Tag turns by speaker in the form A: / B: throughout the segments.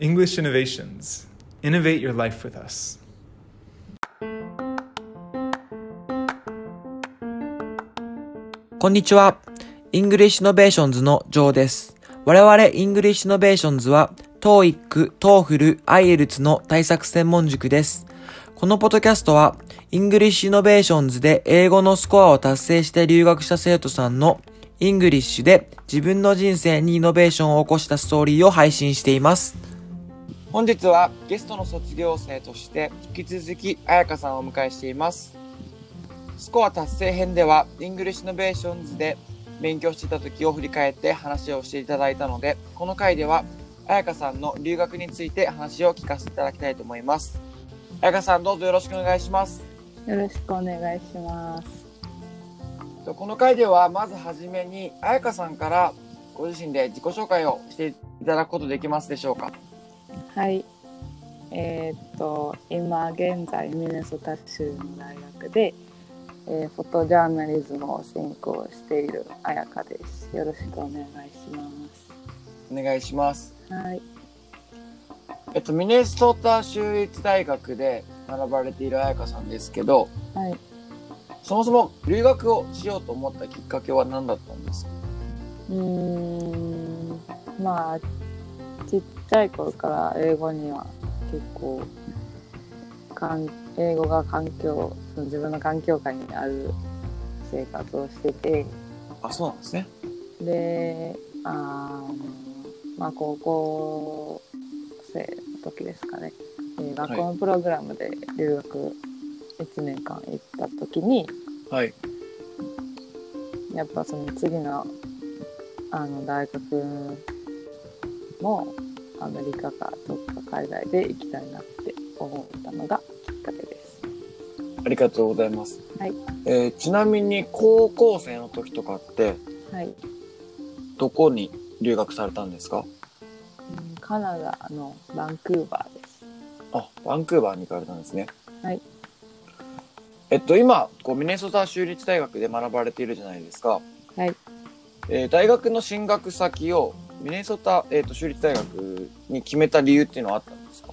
A: English Innovations Innovate Your Life with Us.
B: こんにちは。イングリッシュノベーションズのジョーです。我々イングリッシュノベーションズは、TOEIC、TOEFL、IELTS の対策専門塾です。このポッドキャストは、イングリッシュノベーションズで英語のスコアを達成して留学した生徒さんの、イングリッシュで自分の人生にイノベーションを起こしたストーリーを配信しています。本日はゲストの卒業生として引き続き彩香さんをお迎えしています。スコア達成編では、イングリッシュイノベーションズで勉強していた時を振り返って話をしていただいたので、この回では、彩香さんの留学について話を聞かせていただきたいと思います。彩香さん、どうぞよろしくお願いします。
C: よろしくお願いします。
B: とこの回では、まずはじめに、彩香さんからご自身で自己紹介をしていただくことできますでしょうか。
C: はい。えーっと、今現在ミネソタ州の大学で、えーフォトジャーナリズムを専攻している彩香です。よろしくお願いしま
B: お願いします。
C: す。はい。
B: えっと、ミネソタ州立大学で学ばれている彩香さんですけど、
C: はい。
B: そもそも留学をしようと思ったきっかけは何だったんですか
C: うーん。まあ、ちっちゃい頃から英語には結構、かん英語が環境、その自分の環境下にある生活をしてて、
B: あ、そうなんですね。
C: で、あのまあ、高校生の時ですかね、えー
B: はい
C: 学校のプログラムで留学1年間行った時に、
B: はい。
C: やっぱその次のあの大学もアメリカかどっか海外で行きたいなって思ったのがきっかけです。
B: ありがとうございます。
C: はい。
B: えーちなみに高校生の時とかって、
C: はい、
B: どこに留学されたんですか
C: うんカナダのバンクーバーです。
B: あ、バンクーバーに行かれたんですね。
C: はい。
B: えっと、今、こうミネソタ州立大学で学ばれているじゃないですか。
C: はい。
B: えー大学の進学先をミネソタ、えっと州立大学に決めた理由っていうのはあったんですか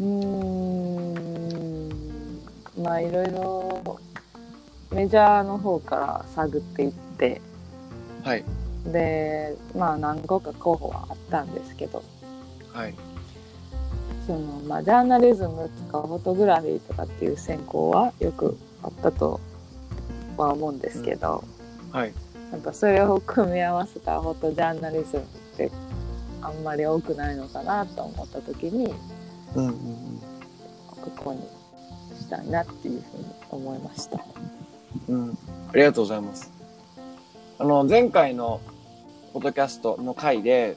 C: うーんまあいろいろメジャーの方から探っていって
B: はい。
C: でまあ何個か候補はあったんですけど
B: はい。
C: その、まあ、ジャーナリズムとかフォトグラフィーとかっていう専攻はよくあったとは思うんですけど、
B: はい。
C: やっぱそれを組み合わせたフォトジャーナリズムってあんまり多くないのかなと思った時に
B: うんうんうん。
C: ここにしたいなっていうふうに思いました。
B: うん、ありがとうございます。あの、前回のポッドキャストの回で、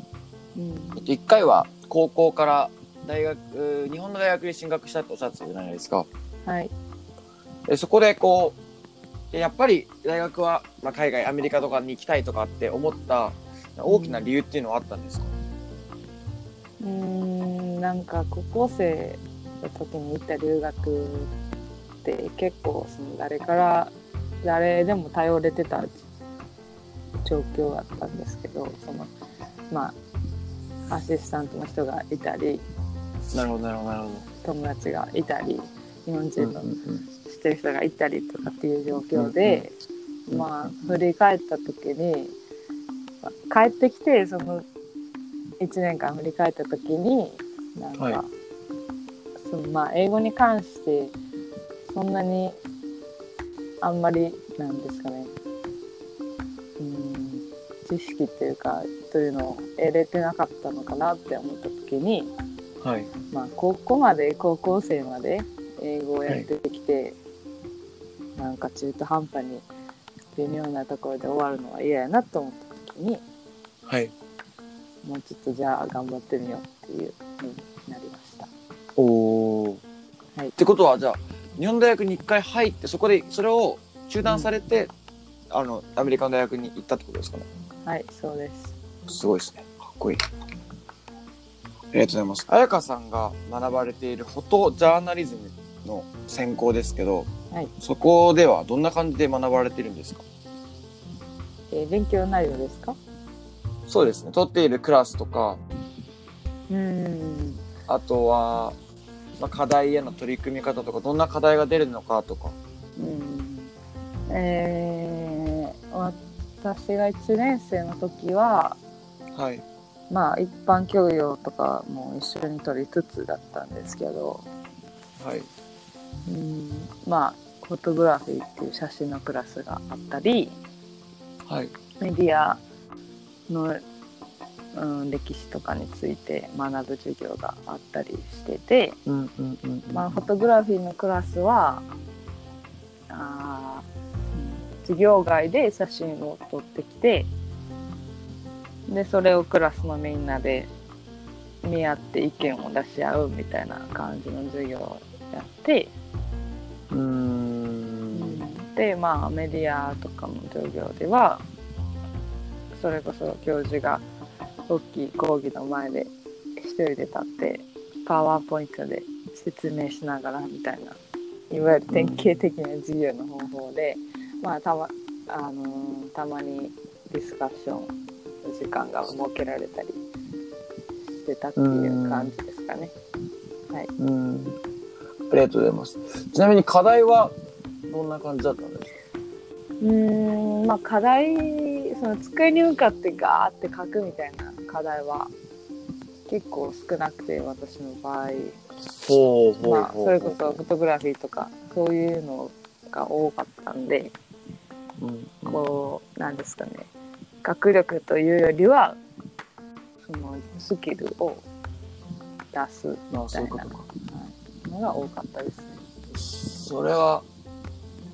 C: うん
B: えっと1回は高校から大学、うー日本の大学に進学したっておっしゃってたじゃないですか。
C: はい、
B: でそこでこう、でやっぱり大学は、まあ、海外、アメリカとかに行きたいとかって思った大きな理由っていうのはあったんですか、
C: うーんなんか高校生の時に行った留学って結構その誰から誰でも頼れてた状況だったんですけどそのまあアシスタントの人がいたり
B: なるほど、なるほど、なるほ
C: 友達がいたり日本人
B: ど
C: の。知ってる人がいたりとかっていう状況
B: うんうん
C: で、
B: うん
C: まあ振り返った時に帰ってきてその1年間振り返った時になんか、
B: はい
C: そのまあ英語に関してそんなにあんまりなんですかねうん知識っていうかというのを得れてなかったのかなって思った時に。
B: はい。
C: まあ、ここまで高校生まで英語をやってきて、なんか中途半端に微妙なところで終わるのは嫌やなと思った時に
B: はい。
C: もうちょっとじゃあ頑張ってみようっていうふうになりました
B: おー。
C: はい
B: ってことは、じゃあ、日本大学に一回入って、そこで、それを中断されて、あの、アメリカの大学に行ったってことですかね。
C: はいそうです
B: すごいですね。かっこいい。ありがとうございます。彩香さんが学ばれているフォトジャーナリズムの専攻ですけど、
C: はい
B: そこではどんな感じで学ばれてるんですか
C: えー勉強内容ですか
B: そうですね。取っているクラスとか、
C: うん
B: あとは、まあ、課題への取り組み方とかどんな課題が出るのかとか
C: うんえー、私が1年生の時は
B: はい
C: まあ一般教養とかも一緒に取りつつだったんですけど、
B: はい
C: うん、まあフォトグラフィーっていう写真のクラスがあったり
B: はい
C: メディアの、うん、歴史とかについて学ぶ授業があったりしてて、
B: うんうんうんうん
C: まあ、フォトグラフィーのクラスはあー授業外で写真を撮ってきてでそれをクラスのみんなで見合って意見を出し合うみたいな感じの授業をやって、
B: うーん
C: でまあメディアとかの授業ではそれこそ教授が大きい講義の前で一人で立ってパワーポイントで説明しながらみたいないわゆる典型的な授業の方法で、まあたまあのーたまにディスカッションの時間が設けられたりしてたっていう感じですかね。
B: うんありがとうございますちなみに課題はどんな感じだったんです
C: うーんまあ課題その机に向かってガーって書くみたいな課題は結構少なくて私の場合
B: かほう
C: まあそれこそフォトグラフィーとかそういうのが多かったんで
B: うん
C: こうなんですかね学力というよりはそのスキルを出すみ
B: まあ
C: た
B: そうい
C: いう
B: こと
C: な
B: か
C: のが多かったですね。
B: それは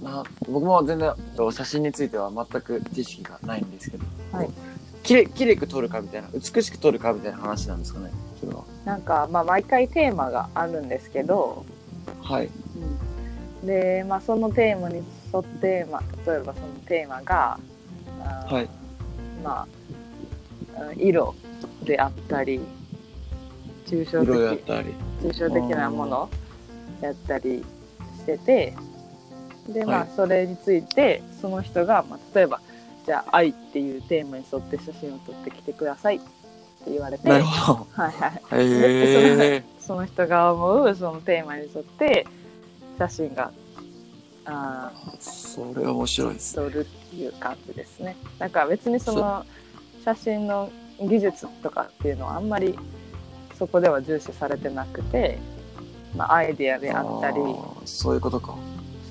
B: な僕も全然写真については全く知識がないんですけど、
C: はい
B: きれきれく撮るかみたいな美しく撮るかみたいな話なんですかねそれは
C: なんかまあ毎回テーマがあるんですけど、
B: はい
C: で、まあ、そのテーマに沿って、まあ、例えばそのテーマが、あー
B: はい
C: まあうん色であったり抽象
B: 色やっ
C: 的
B: たり
C: 抽象的なものやったりしててでま
B: は
C: あ
B: い
C: それについてその人が、まあ、例えばじゃあ「愛」っていうテーマに沿って写真を撮ってきてくださいって言われて
B: なるほど
C: はいはい
B: へえ
C: その人が思うそのテーマに沿って写真があー
B: それは面白いです
C: 撮るっていう感じですねだから別にその写真の技術とかっていうのはあんまりそこでは重視されてなくて、まあ、アイディアであったり
B: あーそういうことか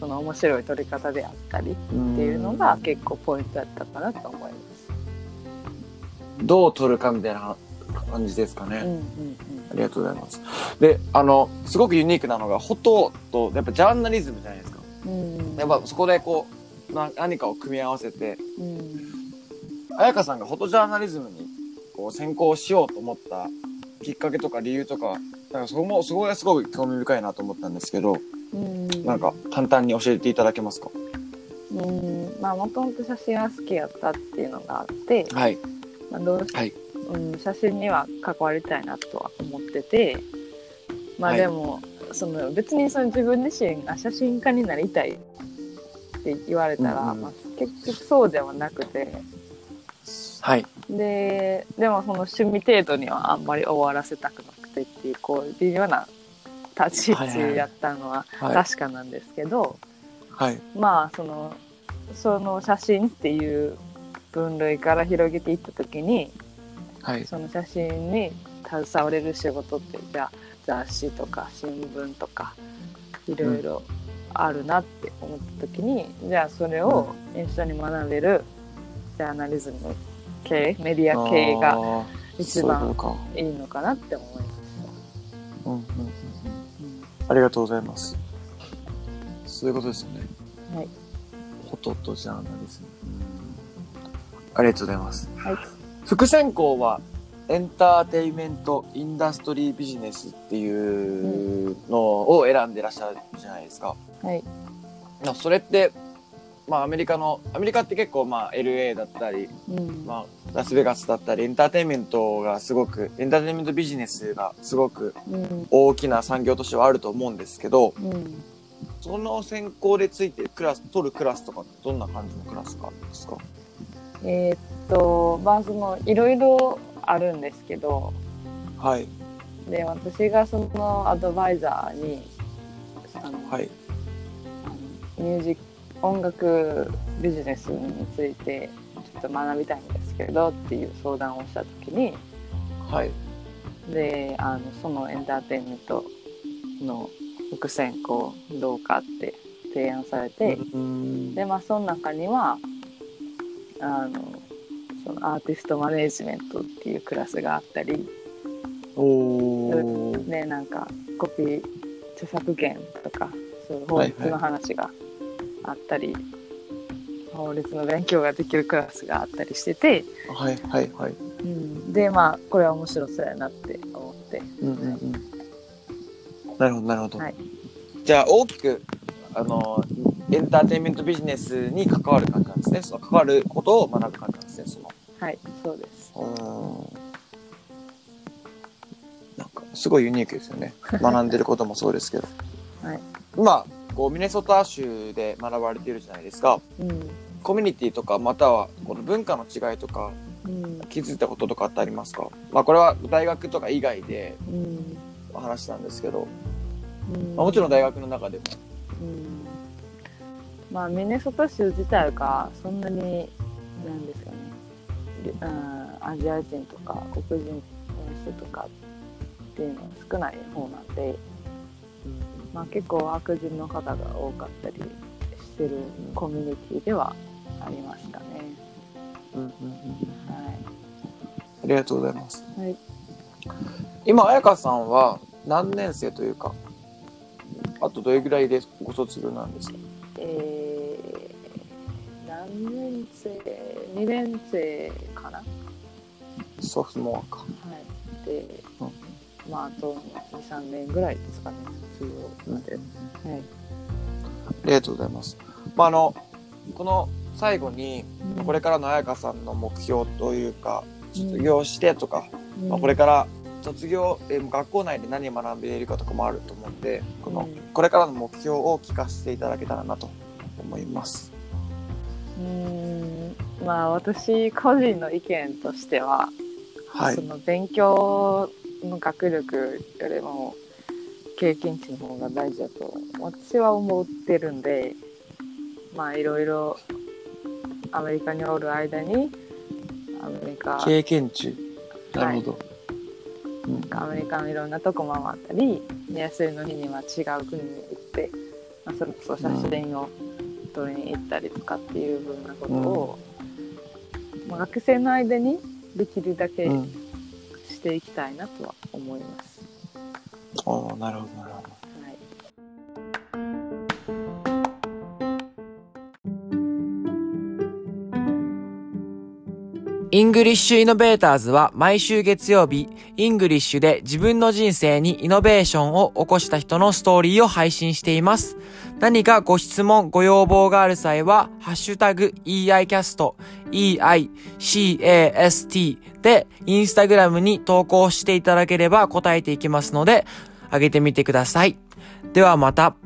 C: その面白い撮り方であったりっ
B: って
C: ていうのが結構ポイントだったかなと思います。
B: どう撮るかみたいな感じですかね、
C: うんうんうん
B: ありがとうございますであのすごくユニークなのがフォトとやっぱジャーナリズムじゃないですか
C: うん
B: やっぱそこでこうな何かを組み合わせて
C: うん
B: 彩香さんがフォトジャーナリズムにこう専攻しようと思ったきっかけとか理由とかなんかそこもすごいすごい興味深いなと思ったんですけど
C: うん
B: なんか簡単に教えていただけますか
C: うんまあもともと写真は好きやったっていうのがあって、
B: はい
C: まあどうし
B: はい
C: うん、写真には関わりたいなとは思っててまあ
B: はい
C: でも、その別にその自分自身が写真家になりたいって言われたら、
B: うんうん
C: まあ、結局そうではなくて
B: はい
C: ででもその趣味程度にはあんまり終わらせたくなくてっていうこう微妙な立ち位
B: はいはい
C: 置やったのは
B: はい
C: 確かなんですけど、
B: はい
C: まあそのその写真っていう分類から広げていった時に
B: はい
C: その写真に携われる仕事ってじゃあ雑誌とか新聞とかいろいろあるなって思った時に、じゃあそれを一緒に学べるジャーナリズム系メディア系が
B: がそ
C: 一
B: ういうこ
C: 番
B: とか
C: いいのかなって思います。
B: うんうんうんありがとうございますそういうことですよね
C: はい
B: フォトとジャーナリズムうんありがとうございます
C: はい
B: 副専攻はエンターテインメント・インダストリー・ビジネスっていうのを選んでらっしゃるじゃないですか。
C: はい
B: なそれって、まあ、アメリカのアメリカって結構、まあ、LA だったり、
C: うん
B: まあ、ラスベガスだったりエンターテインメントがすごくエンターテインメントビジネスがすごく
C: うん
B: 大きな産業としてはあると思うんですけど
C: うん
B: その専攻でついてるクラス取るクラスとかどんな感じのクラスかですか
C: えーっとまあそのいろいろあるんですけど
B: はい
C: で私がそのアドバイザーにあの
B: はい。
C: ミュージック音楽ビジネスについてちょっと学びたいんですけどっていう相談をした時に
B: はい。
C: であのそのエンターテインメントの伏線こうどうかって提案されて、
B: うん
C: でまあその中にはあのそのアーティストマネージメントっていうクラスがあったり
B: おー。
C: でなんかコピー著作権とかそういう法
B: はいはい
C: 律の話があったり、法律の勉強ができるクラスがあったりしてて、
B: はいはいはい。
C: でまあこれは面白そうやなって思って
B: うんうんうん。なるほどなるほど。
C: はい
B: じゃあ大きくあのエンターテインメントビジネスに関わる感じなんですね。その関わることを学ぶ感じなんですね。その
C: はいそうです
B: なんかすごいユニークですよ ね。学んでることもそうですけど。
C: はい
B: 今こうミネソタ州で学ばれてるじゃないですか。
C: うん
B: コミュニティとかまたはこの文化の違いとか
C: うん
B: 気づいたこととかってありますか。まあこれは大学とか以外で
C: うん
B: 話なんですけど、
C: うん
B: まあ、もちろん大学の中でも。
C: うんまあミネソタ州自体がそんなになんですかね、うん、アジア人とか黒人の人とかっていうのは少ない方なんで、まあ、結構白人の方が多かったりしてるコミュニティではありましたね。は
B: ありがとうございます。
C: い、はい、
B: 今、彩香さんは何年生というか、あとどれぐらいでご卒業なんですか
C: えー、何年生 ?2 年生かな
B: ソフトモアか。
C: はい、で、
B: うん
C: まああと23年ぐらいですかね卒業まで、はい
B: ありがとうございます。まあ、あの、この最後に、
C: うん
B: これからの彩香さんの目標というか、卒業してとか、
C: うん
B: まあ、これから卒業、えー学校内で何を学んでいるかとかもあると思うんで、この、
C: うん
B: これからの目標を聞かせていただけたらなと思います。
C: うーんまあ私個人の意見としては、
B: はい
C: そ。の勉強の学力よりも経験値の方が大事だと私は思ってるんでまあいろいろアメリカにおる間にアメリカ
B: 経験値。なるほど。うん
C: アメリカのいろんなとこ回ったり休みの日には違う国に行って、まあ、それこそ写真を撮りに行ったりとかっていうふうなことを、まあ、学生の間にできるだけ
B: うん
C: していきたいなとは思います。
B: おーなるほどなるほど
C: はい
D: イングリッシュイノベーターズは毎週月曜日、イングリッシュで自分の人生にイノベーションを起こした人のストーリーを配信しています。何かご質問、ご要望がある際は、ハッシュタグ EICAST、EICAST でインスタグラムに投稿していただければ答えていきますので、上げてみてください。ではまた。